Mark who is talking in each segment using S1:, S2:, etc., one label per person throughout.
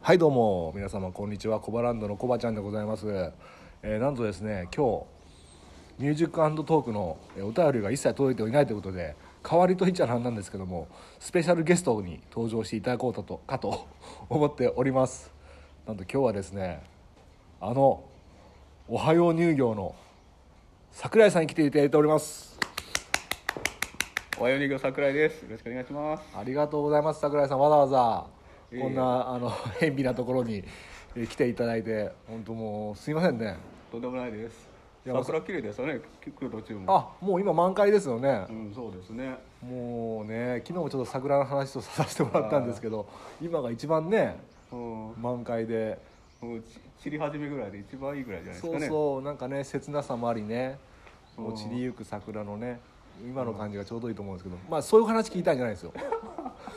S1: はいどうも皆様こんにちはコバランドのコバちゃんでございます、えーなんとですね今日ミュージックトークのえーお便りが一切届いていないということで代わりと言っちゃなんなんですけどもスペシャルゲストに登場していただこうととかと思っておりますなんと今日はですねあのおはよう乳業の桜井さんに来ていただいております
S2: おはようにぎょ桜井です。よろしくお願いします。
S1: ありがとうございます桜井さんわざわざ
S2: いえいえ
S1: こんなあの 変微なところにえー来ていただいて本当もうすいませんね
S2: とんでもないです。
S1: いや
S2: 桜綺麗でしたね。来る途中も。
S1: あもう今満開ですよね
S2: う、ん、そうですね。
S1: もうね昨日もちょっと桜の話とさせてもらったんですけど今が一番ね
S2: うん、
S1: 満開で
S2: もうち散り始めぐらいで一番いいぐらいじゃないです
S1: そ
S2: か
S1: う
S2: ね。
S1: そうなんかね切なさもありね
S2: うん
S1: もう散りゆく桜のね今の感じがちょうどいいと思うんですけどまあそういう話聞いたんじゃないですよ、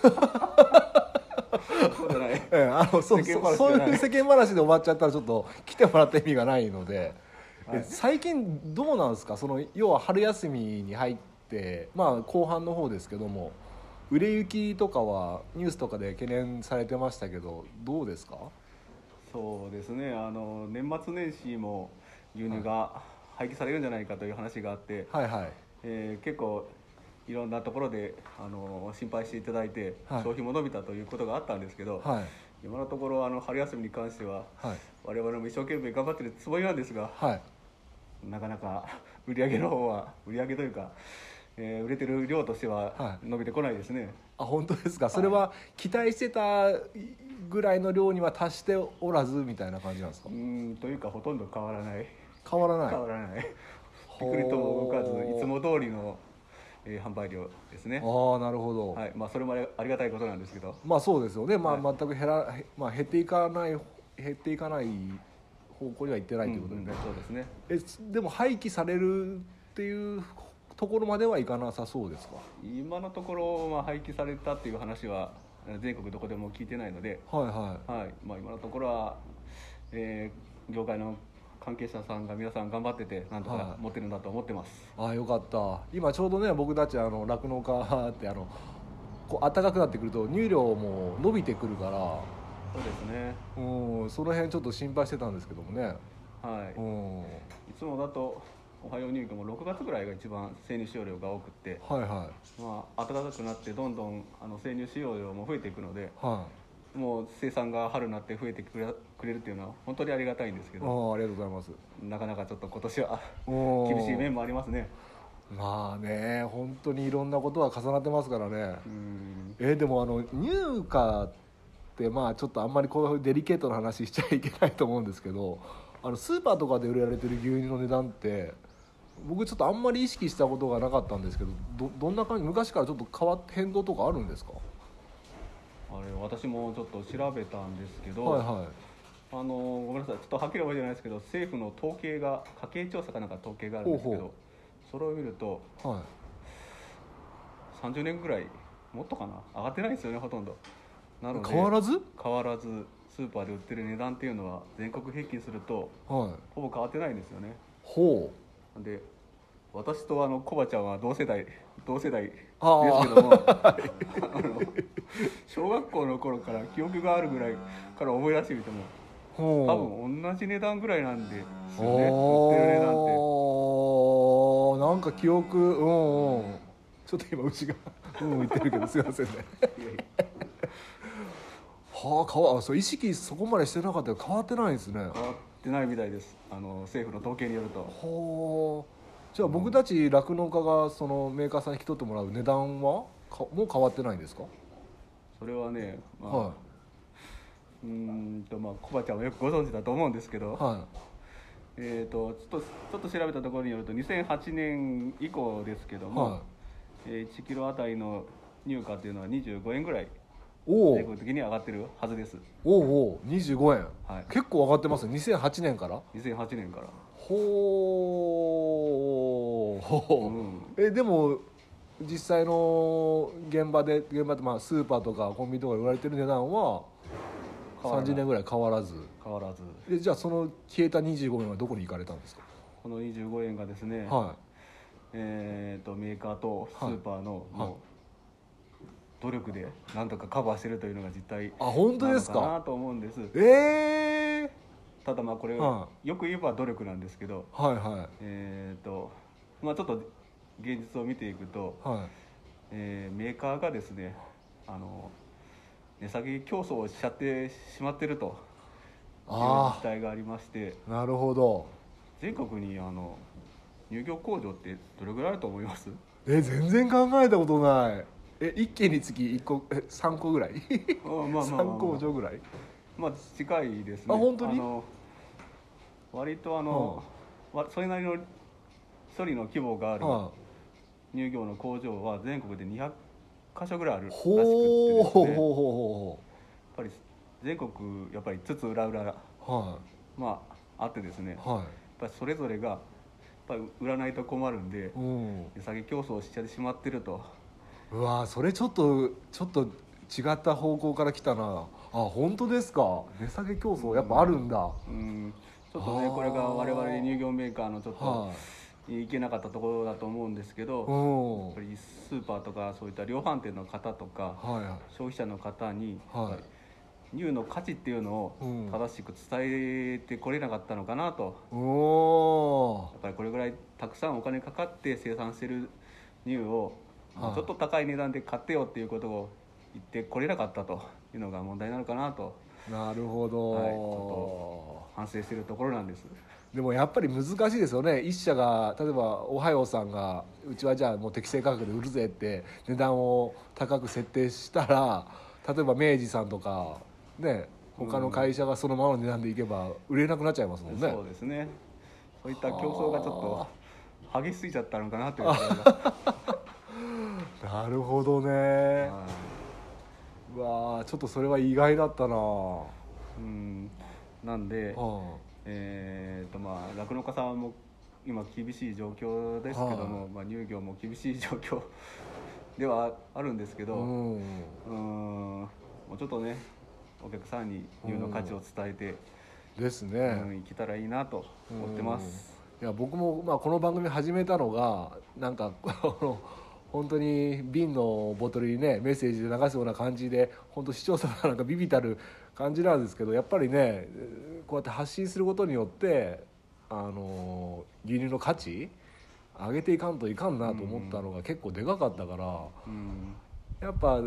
S2: そうじゃない。
S1: ええあのそう
S2: 世
S1: そ
S2: 間
S1: う
S2: 話
S1: そう
S2: じゃない
S1: いう世間話で終わっちゃったらちょっと来てもらった意味がないので、
S2: はい
S1: え最近どうなんですかその要は春休みに入ってまあ後半の方ですけども売れ行きとかはニュースとかで懸念されてましたけどどうですか
S2: そうですね。あの年末年始も牛乳が廃棄されるんじゃないかという話があって、
S1: はいはい
S2: えー結構いろんなところであの心配していただいて、
S1: はい
S2: 消費も伸びたということがあったんですけど、
S1: はい
S2: 今のところあの春休みに関しては。
S1: はい
S2: 我々も一生懸命頑張ってるつもりなんですが、
S1: はい
S2: なかなか 売り上げの方は売り上げというか、えー売れてる量として
S1: は
S2: は伸びてこないですね、
S1: あ本当ですかそれは期待してたぐらいの量には達しておらずみたいな感じなんですか
S2: うーんというかほとんど変わらない
S1: 変わらない
S2: 変わらないピ
S1: ほう
S2: クリとも動かずいつも通りの、えー販売量ですね
S1: ああなるほど、
S2: はいまあそれもありがたいことなんですけど
S1: まあそうですよね、まあ、
S2: は
S1: 全く減ら、へまあ、減っていかない減っていかない方向にはいってないということで、
S2: うんうんそうですね
S1: えすでも廃棄されるっていうところまではいかなさそうですか
S2: 今のところ、まあ、廃棄されたっていう話はえー全国どこでも聞いてないので、
S1: はいはい
S2: はいまあ、今のところは、えー業界の関係者さんが皆さん頑張っててなんと
S1: は
S2: か
S1: い
S2: 持ってるんだと思ってます、
S1: ああよかった今ちょうどね僕たちあの酪農家ってあのこう暖かくなってくると乳量も伸びてくるから
S2: そうですね
S1: うんその辺ちょっと心配してたんですけどもね
S2: はい、
S1: うん
S2: いつもだと「おはよう入荷」も6月ぐらいが一番生乳使用量が多くって、
S1: はいは
S2: まあ、暖かくなってどんどんあの生乳使用量も増えていくので
S1: いは
S2: もう生産が春になって増えてくれくれるっていうのは本当にありがたいんですけ
S1: いあ
S2: ど
S1: あありがとうございます
S2: なかなかちょっと今年は
S1: うん
S2: 厳しい面もありますね
S1: まあね本当にいろんなことが重なってますからね
S2: うん
S1: えーでもあの乳化ってまあちょっとあんまりこういうデリケートな話しちゃいけないと思うんですけどあのスーパーとかで売られてる牛乳の値段って僕ちょっとあんまり意識したことがなかったんですけどどどんな感じ昔からちょっと変わっ変動とかあるんですか
S2: あれ私もちょっと調べたんですけど、
S1: はいは
S2: あのごめんなさいちょっとはっきり覚えてないですけど政府の統計が家計調査かなんか統計があるんですけど
S1: ほうほ
S2: それを見ると
S1: いはい
S2: 30年ぐらいもっとかな上がってないですよねほとんどなので
S1: 変わらず
S2: 変わらずスーパーで売ってる値段っていうのは全国平均すると
S1: はい
S2: ほぼ変わってないんですよね
S1: ほう
S2: なんで私とあのコバちゃんは同世代 同世代ですけど
S1: あ
S2: も
S1: ー
S2: あの 小学校の頃から記憶があるぐらいから思い出してみても
S1: ほう
S2: 多分同じ値段ぐらいなんですよね売ってる値段って
S1: おーなんか記憶うんうんちょっと今牛が うんうん言ってるけどすいませんね
S2: いやいや
S1: はあ変わあそう意識そこまでしてなかったけど変わってないんですね
S2: 変わってないみたいですあの政府の統計によると
S1: ほうじゃあ僕たち酪農家がそのメーカーさんに引き取ってもらう値段はかもう変わってないんですか、
S2: それはね、まあ
S1: は
S2: うーんとまあコバちゃんもよくご存知だと思うんですけど、
S1: いは
S2: えー、とちょっとちょっと調べたところによると2008年以降ですけど
S1: い
S2: も、
S1: はい
S2: えー1キロあたりの入荷っていうのは25円ぐらい
S1: おう
S2: 全国的に上がってるはずです
S1: おうおう25円、
S2: はい
S1: 結構上がってますね2008年から
S2: 2008年から
S1: ほう
S2: う
S1: ほ
S2: ん
S1: うえでも実際の現場で現場ってまあスーパーとかコンビニとかで売られてる値段は
S2: 変わらない
S1: 30年ぐらい変わらず
S2: 変わらず
S1: でじゃあその消えた25円はどこに行かれたんですか、
S2: この25円がですね、
S1: はい
S2: えー、とメーカーとスーパーの、
S1: はい
S2: も努力でなんとかカバーしてるというのが実態
S1: あ本当ですか
S2: なのなと思うんです
S1: ええ
S2: ただまあこれ、
S1: うん
S2: よく言えば努力なんですけど
S1: はいは
S2: えっ、とまあちょっと現実を見ていくと、
S1: いはい
S2: えーメーカーがですねあの値下げ競争をしちゃってしまってるという
S1: あ
S2: 実態がありまして
S1: あなるほど
S2: 全国にあの乳業工場ってどれぐらいあると思います
S1: え全然考えたことないえ一軒につき一個え三個ぐらい
S2: あまあまあまあま
S1: 三
S2: あ
S1: 工場ぐらい
S2: まあ近いですね
S1: あ本当に
S2: の割とあの、わそれなりの処理の規模がある
S1: は
S2: 乳業の工場は全国で200箇所ぐらいある
S1: い
S2: らしく
S1: ほう
S2: て
S1: ほう
S2: です
S1: ほうほう
S2: ねやっ
S1: ほ
S2: ぱり全国やっぱりつつ裏裏
S1: うほ
S2: まああってですね
S1: う
S2: やっ
S1: は
S2: ぱりそれぞれがやっぱり売らないと困るんで
S1: いはいうん
S2: 値下げ競争をしちゃってしまってると
S1: うわーそれちょっとちょっと違った方向から来たなあ本当ですか値下げ競争やっぱあるんだ、
S2: うんちょっとね
S1: あー
S2: これが我々乳業メーカーのちょっ
S1: は
S2: といけなかったところだと思うんですけど、
S1: いうん
S2: やっぱりスーパーとかそういった量販店の方とか
S1: はいはい
S2: 消費者の方に
S1: はい
S2: 乳の価値っていうの
S1: う
S2: を
S1: ん
S2: 正しく伝えてこれなかったのかなと
S1: おお
S2: やっぱりこれぐらいたくさんお金かかって生産してる乳を
S1: はい
S2: ちょっと高い値段で買ってよっていうことを言ってこれなかったというのが問題なのかなと
S1: ーなるほど、
S2: はいちょ反省しているところなんです。
S1: でもやっぱり難しいですよね一社が例えばオハヨーさんがうちはじゃあもう適正価格で売るぜって値段を高く設定したら例えば明治さんとかね他の会社がそのままの値段でいけば売れなくなっちゃいますもんね、
S2: そうですねそういった競争がちょっと激しすぎちゃったのかなというところが
S1: なるほどね
S2: はいう
S1: わーちょっとそれは意外だったなは
S2: うんなんで、えーとまあ酪農家さんも今厳しい状況ですけども、
S1: はい
S2: まあ、乳業も厳しい状況ではあるんですけ
S1: あ
S2: ど、
S1: う
S2: うんーんもうちょっとねお客さんに乳の価値を伝えて、
S1: ですね、
S2: うん、いけたらいいなと思ってます。
S1: いや僕も、まあ、この番組始めたのがなんかこの本当に瓶のボトルにねメッセージで流すような感じで本当視聴者がなんかビビたる感じなんですけどやっぱりねえーこうやって発信することによってあの牛乳の価値上げていかんといかんなと思ったのが結構でかかったから。
S2: うん
S1: やっぱ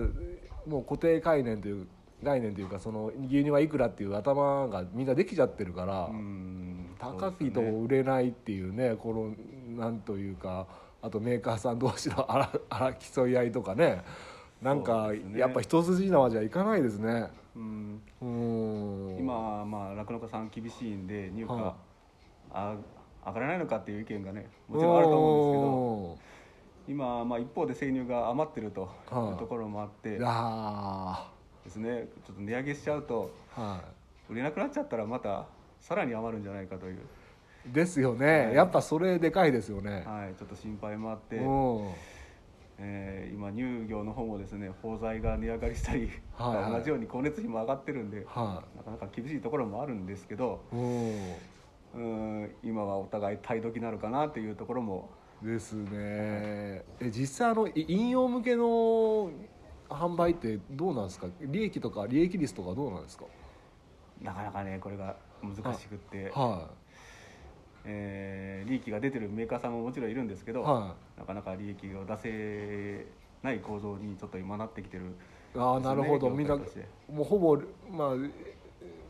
S1: もう固定概念という概念というかその牛乳はいくらっていう頭がみんなできちゃってるから、
S2: うん
S1: 高
S2: そう
S1: い
S2: です
S1: と
S2: ね
S1: 売れないっていうねこのなんというかあとメーカーさん同士の 荒荒競い合いとかねなんか、
S2: そうですね
S1: やっぱ一筋縄じゃいかないですね
S2: うん
S1: うーん
S2: 今まあ酪農家さん厳しいんで入荷、
S1: は
S2: あ上がらないのかっていう意見がねもちろんあると思うんですけど今、まあ、一方で生乳が余ってると
S1: はい
S2: いうところもあって
S1: いやーは
S2: ですねちょっと値上げしちゃうと
S1: い
S2: 売れなくなっちゃったらまたさらに余るんじゃないかという、
S1: ですよね、
S2: はい
S1: やっぱそれでかいですよね、
S2: はい、ちょっと心配もあって、
S1: うん
S2: えー今乳業の方もですね包材が値上がりしたり、
S1: はいはい
S2: 同じように光熱費も上がってるんで
S1: は
S2: なかなか厳しいところもあるんですけど
S1: いうん
S2: うーん今はお互い買い時なのかなというところも
S1: ですね、え実際あのい飲用向けの販売ってどうなんですか利益とか利益率とかどうなんですか
S2: なかなかねこれが難しくって、
S1: は
S2: えー利益が出てるメーカーさんももちろんいるんですけ
S1: い
S2: ど、
S1: は
S2: なかなか利益を出せない構造にちょっと今なってきてる
S1: いああなるほど、
S2: ですね
S1: みんな
S2: 業
S1: も
S2: 界として
S1: うほぼ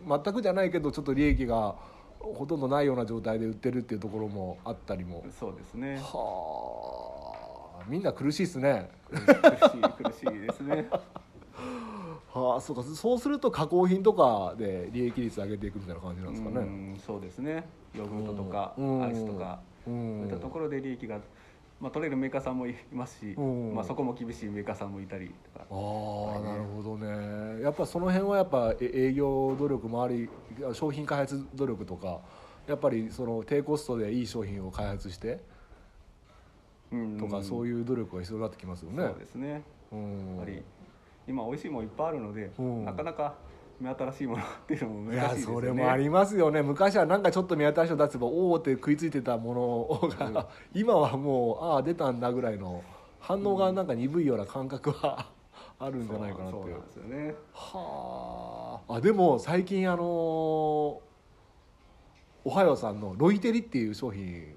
S1: まあ全くじゃないけどちょっと利益がほとんどないような状態で売ってるっていうところもあったりも
S2: そうですね
S1: はあみんな苦しいですね
S2: 苦しい苦しいですね
S1: はあそうかそうすると加工品とかで利益率上げていくみたいな感じなんですか
S2: う
S1: ね
S2: んそうですねヨーグルトとか
S1: うん
S2: アイスとか
S1: う
S2: そうい
S1: ん
S2: ったところで利益が、まあ、取れるメーカーさんもいますし、
S1: うん
S2: まあ、そこも厳しいメーカーさんもいたりとか
S1: ああ、
S2: ぱりね
S1: なるほどねやっぱその辺はやっぱえ営業努力もあり商品開発努力とかやっぱりその低コストでいい商品を開発してとか、そう
S2: い
S1: いう努力が必要になってきますよね
S2: そうですね
S1: うん
S2: やっぱり今美味しいもんいっぱいあるので、
S1: うん
S2: なかなか目新しいものっていうのも
S1: い
S2: 難し
S1: や
S2: いですよね
S1: それもありますよね昔はなんかちょっと見当たる人出せばおおって食いついてたものが、 今はもうああ出たんだぐらいの反応がなんか鈍いような感覚は あるんじゃないかなって
S2: そうなんですよね
S1: はああでも最近あのーおはようさんのロイテリっていう商品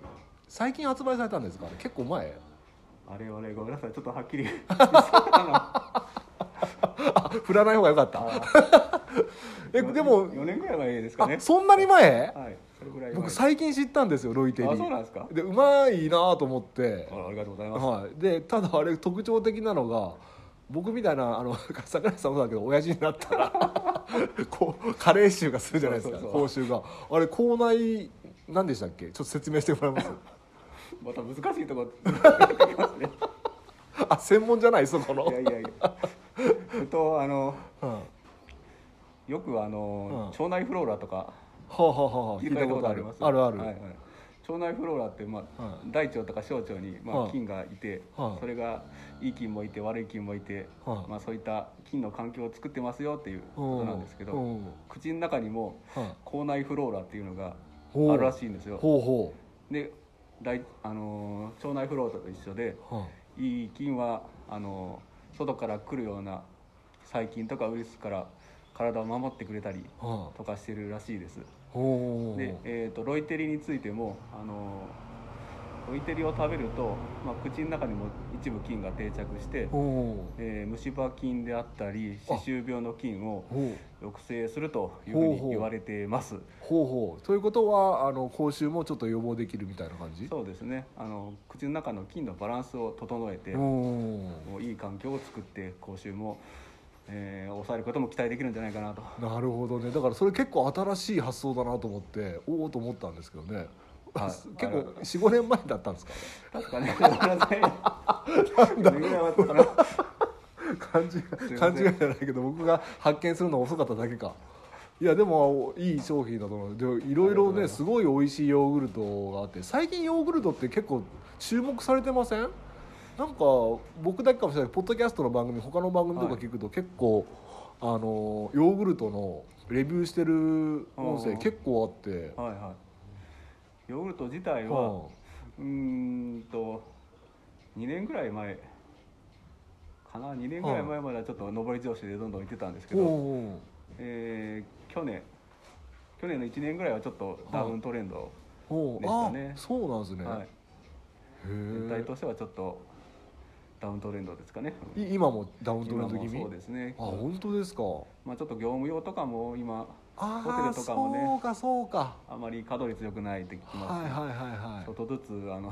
S1: 最近発売されたんですかあれ結構前
S2: あれはねごめんなさいちょっとはっきり
S1: あ振らない方が良かった えでも
S2: 4年ぐらい前ですか
S1: あ
S2: ね
S1: そんなに前
S2: はいそれぐらい前
S1: 僕最近知ったんですよロイテリ
S2: あそうなんですか
S1: でうまいなと思って
S2: あありがとうございます
S1: はい、でただあれ特徴的なのが僕みたいなあの 桜井さんもそうだけど親父になったら こうカレー臭がするじゃないですか
S2: そうそう
S1: 口臭があれ口内何でしたっけちょっと説明してもらえ ます
S2: また難しい とこ出てきますね
S1: あ専門じゃないそこの
S2: いやいやいやえっとあの
S1: うんは
S2: よくあの、
S1: う
S2: 腸内フローラとか
S1: あ、はあはあ、聞いたことあるあるある、
S2: はいはい腸内フローラって、まあ
S1: は
S2: 大腸とか小腸に、まあ
S1: はい
S2: 菌がいて、
S1: はい
S2: それがいい菌もいて悪い菌もいて、
S1: はい
S2: まあ、そういった菌の環境を作ってますよっていうことなんですけど、
S1: うんうん
S2: 口の中にも
S1: はい
S2: 口内フローラっていうのが
S1: ほう
S2: あるらしいんですよ。
S1: ほうほ
S2: で大、あのー腸内フローラと一緒で
S1: う、はい
S2: い菌はあのー外から来るような細菌とかウイルスから体を守ってくれたり
S1: あはあ、
S2: とかしてるらしいです。
S1: ほう
S2: で、えー、とロイテリについても、あのーロイテリを食べると、まあ、口の中にも一部菌が定着して、
S1: ほ
S2: えー虫歯菌であったり
S1: あ
S2: 歯周病の菌を
S1: うほう
S2: 抑制するというふう
S1: ほうほう
S2: に言われてます
S1: ほうほうということはあの口臭もちょっと予防できるみたいな感じ
S2: そうですねあの口の中の菌のバランスを整えて、
S1: うん
S2: もういい環境を作って口臭も、えー抑えることも期待できるんじゃないかなと
S1: なるほどねだからそれ結構新しい発想だなと思っておおと思ったんですけどね、
S2: はい
S1: 結構45年前だったんですか
S2: 確かねごめん なさいどれぐらい終わったかな
S1: 勘違
S2: すい
S1: い
S2: ま
S1: 勘
S2: せん
S1: 違いじゃないけど僕が発見するの遅かっただけかいやでもいい商品だと思うでいろいろねすごい美味しいヨーグルトがあって最近ヨーグルトって結構注目されてませんなんか僕だけかもしれないポッドキャストの番組他の番組とか聞くと結構、あのヨーグルトのレビューしてる音声結構あって
S2: はいはいヨーグルト自体は、
S1: は
S2: うーんと2年ぐらい前かな2年ぐらい前まではちょっと上り調子でどんどん行ってたんですけ
S1: いおう
S2: ど、
S1: おう
S2: えー去年去年の1年ぐらいはちょっとダウントレンド、
S1: ほう
S2: でしたね
S1: あそうなんですね、
S2: はい、全体
S1: へ
S2: としてはちょっとダウントレンドですかね
S1: えい今もダウントレ
S2: 今
S1: ンド気
S2: も
S1: 味
S2: そうですね
S1: あ本当ですか
S2: まあ、ちょっと業務用とかも今
S1: あ
S2: ホテ
S1: あ
S2: ルとかもね
S1: そうかそうか
S2: あまり稼働率良くないって聞きます
S1: は
S2: ね、
S1: いはいはい
S2: ちょっ
S1: は
S2: とずつあの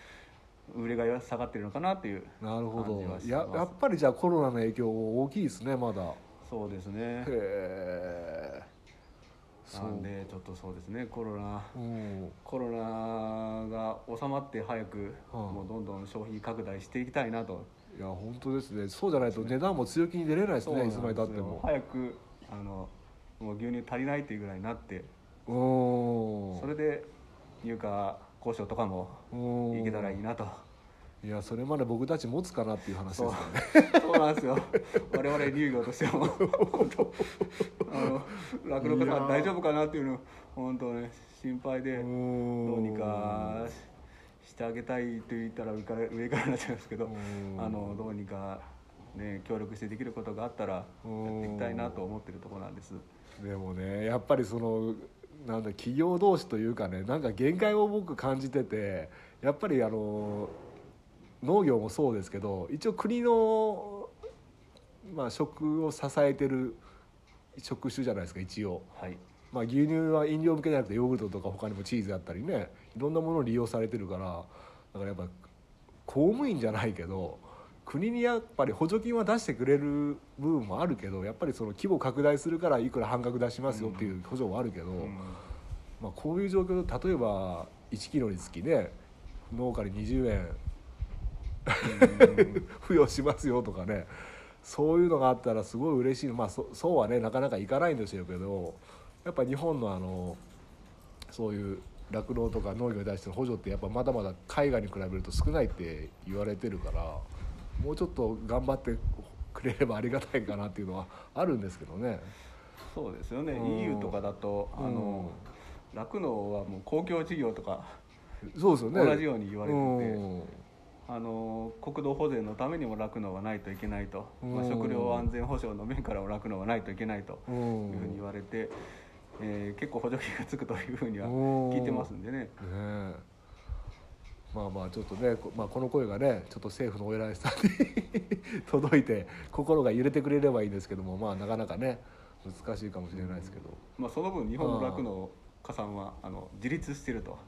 S2: 売れが下がってるのかなっていう
S1: いなるほ
S2: 感じは
S1: ど
S2: し
S1: や
S2: ます
S1: やっぱりじゃあコロナの影響大きいですねまだへ
S2: そうですね
S1: えそ
S2: なん
S1: う
S2: でちょっとそうですねコロナ
S1: うん
S2: コロナが収まって早く、
S1: うん
S2: もうどんどん消費拡大していきたいなと
S1: いや本当ですねそうじゃないと値段も強気に出れないですねいつまでたっても
S2: 早くあのもう牛乳足りないっていうぐらいになって
S1: うん
S2: それで入荷交渉とかも
S1: うん
S2: いけたらいいなと
S1: いやそれまで僕たち持つかなっていう話です
S2: そう
S1: よね
S2: そうなんですよ我々乳業としてもあの酪農家さん大丈夫かなっていうの本当ね心配で。
S1: うん
S2: どうにかししてあげたいと言ったら上から上からになっちゃいますけど
S1: うん
S2: あのどうにか、ね、協力してできることがあったらやっていきたいなと思ってるところなんです。
S1: でもねやっぱりそのなんだ企業同士というかねなんか限界を僕感じててやっぱりあの農業もそうですけど一応国の、まあ、食を支えてる職種じゃないですか一応、
S2: はい、
S1: まあ、牛乳は飲料向けじゃなくてヨーグルトとか他にもチーズだったりねいろんなものを利用されてるからだからやっぱ公務員じゃないけど国にやっぱり補助金は出してくれる部分もあるけどやっぱりその規模拡大するからいくら半額出しますよっていう補助はあるけど、
S2: うん
S1: まあ、こういう状況で例えば1キロにつきね農家に20円 付与しますよとかねそういうのがあったらすごい嬉しいのまあそそうはねなかなかいかないんでしょうけどやっぱ日本のあのそういう酪農とか農業に対しての補助ってやっぱまだまだ海外に比べると少ないって言われてるからもうちょっと頑張ってくれればありがたいかなっていうのはあるんですけどね。
S2: そうですよね、
S1: うん
S2: EU とかだとあの酪農はもう公共事業とか
S1: そうですよね
S2: 同じように言われてて
S1: うん
S2: ああの国土保全のためにも酪農はないといけないと、まあ、
S1: うん
S2: 食料安全保障の面からも酪農はないといけないと
S1: う
S2: い
S1: ん
S2: うふうに言われて、えー結構補助金がつくというふうには
S1: うん
S2: 聞いてますんでね。
S1: ねえまあまあちょっとね、こまあ、この声がねちょっと政府のお偉いさんに 届いて心が揺れてくれればいいんですけどもまあなかなかね難しいかもしれないですけど、
S2: まあ、その分日本の酪農家さんはあの自立してると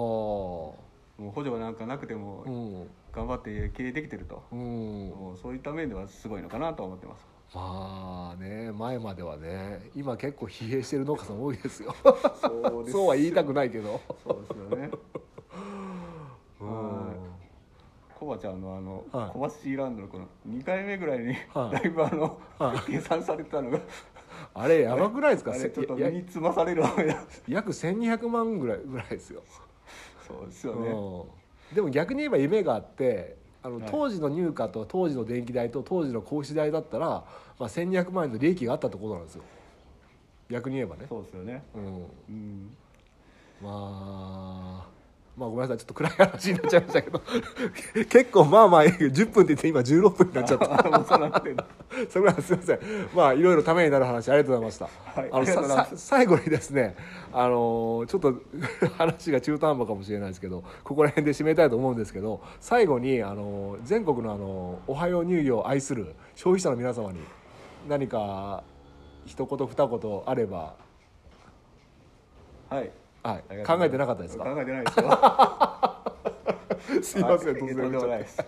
S2: もう補助なんかなくて
S1: ああ
S2: も頑張って経営できてると、
S1: うん、うん、
S2: もうそういった面ではすごいのかなとは思ってます
S1: まあね前まではね今結構疲弊してる農家さん多いですよ
S2: そう
S1: そうは言いたくないけど
S2: そうですよね
S1: うん
S2: コバちゃんのあの、
S1: はい
S2: コバシーランドのこの2回目ぐらいに、
S1: はい
S2: だいぶあの、
S1: は
S2: 計算されてたのが
S1: あれやばくないですか
S2: あれちょっと身
S1: や
S2: につまされる わけだ
S1: 約1200万ぐらいぐらいですよ
S2: そうですよね、
S1: うん、でも逆に言えば夢があってあの
S2: はい
S1: 当時の入荷と当時の電気代と当時の工費代だったら、まあ、1200万円の利益があったってことなんですよ逆に言えばね
S2: そうですよね
S1: う、ん、
S2: うん、
S1: まあまあごめんなさいちょっと暗い話になっちゃいましたけど 結構まあまあ10分って言って今16分になっちゃった
S2: あもうそうなってんだ
S1: それはすいませんまあいろいろためになる話ありがとうございました、
S2: はい
S1: あ
S2: あ
S1: の
S2: りが
S1: さ
S2: とうございま
S1: さ最後にですねあのーちょっと 話が中途半端かもしれないですけどここら辺で締めたいと思うんですけど最後にあのー全国のあのーおはよう乳業を愛する消費者の皆様に何か一言二言あれば、
S2: はい
S1: は
S2: あり
S1: い、
S2: がとう
S1: 考
S2: ございます
S1: えてなかったですか
S2: 考えてないですよ
S1: すいません
S2: は
S1: 突然
S2: いとんで
S1: 言っ
S2: も
S1: ちゃ
S2: な
S1: っ
S2: い
S1: て
S2: です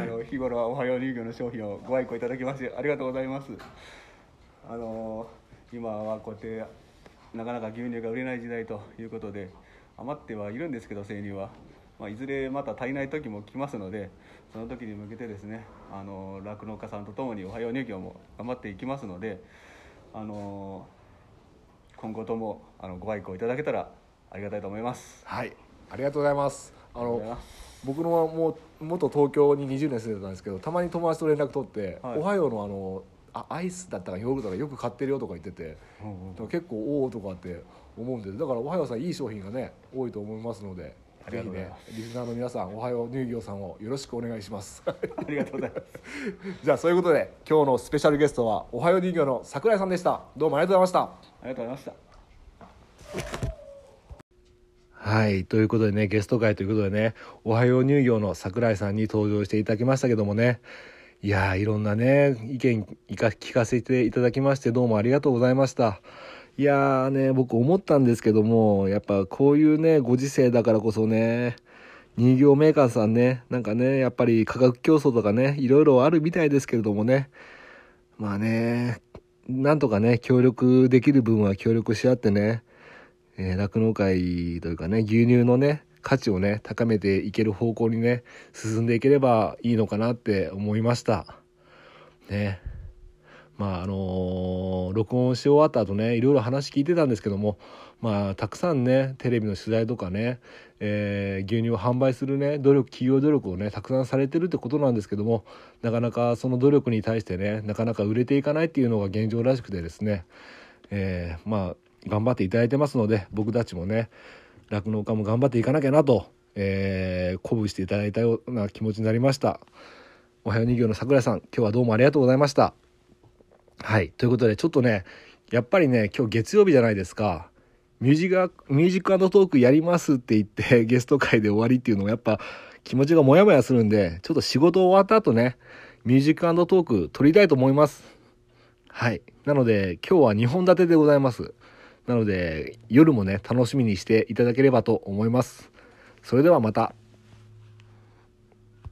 S2: あの日頃はおはよう乳業の商品をご愛顧いただきましてありがとうございますあの今はこうやってなかなか牛乳が売れない時代ということで余ってはいるんですけど生乳は、まあ、いずれまた足りない時も来ますのでその時に向けてですねあの酪農家さんとともにおはよう乳業も頑張っていきますのであの今後ともあのご愛顧いただけたらありがたいと思います。
S1: はいありがとうございますあ
S2: ありがとう
S1: の
S2: ございます
S1: 僕のもう元東京に20年住んでたんですけどたまに友達と連絡取って「
S2: はい
S1: おはようのあのあアイスだったかヨーグルトがよく買ってるよ」とか言ってて
S2: うんうん
S1: だから結構「おお」とかって思うんでだから「おはようさん」いい商品がね多いと思いますので
S2: あり
S1: ぜひ
S2: がとうござい
S1: ね
S2: ます
S1: リスナーの皆さん「おはよう乳業さん」をよろしくお願いします
S2: ありがとうございます。
S1: じゃあそういうことで今日のスペシャルゲストは「おはよう乳業」の桜井さんでしたどうもありがとうございました
S2: ありがとうございました。
S1: はい。ということでね、ゲスト会ということでね、おはよう乳業の桜井さんに登場していただきましたけどもね、いやー、いろんなね、意見いか聞かせていただきまして、どうもありがとうございました。いやーね、僕思ったんですけども、やっぱこういうね、ご時世だからこそね、乳業メーカーさんね、なんかね、やっぱり価格競争とかね、いろいろあるみたいですけれどもね、まあね、なんとかね、協力できる分は協力し合ってね、えー酪農会というかね牛乳のね価値をね高めていける方向にね進んでいければいいのかなって思いましたねまああのー録音し終わった後ねいろいろ話聞いてたんですけどもまあたくさんねテレビの取材とかね、えー牛乳を販売するね努力企業努力をねたくさんされてるってことなんですけどもなかなかその努力に対してねなかなか売れていかないっていうのが現状らしくてですねえーまあ頑張っていただいてますので僕たちもね酪農家も頑張っていかなきゃなと、えー鼓舞していただいたような気持ちになりましたおはよう2行の桜井さん今日はどうもありがとうございましたはいということでちょっとねやっぱりね今日月曜日じゃないですかミュージカミュージックトークやりますって言って ゲスト会で終わりっていうのもやっぱ気持ちがモヤモヤするんでちょっと仕事終わった後ねミュージックトーク撮りたいと思いますはい。なので、今日は2本立てでございます。なので、夜もね、楽しみにしていただければと思います。それではまた。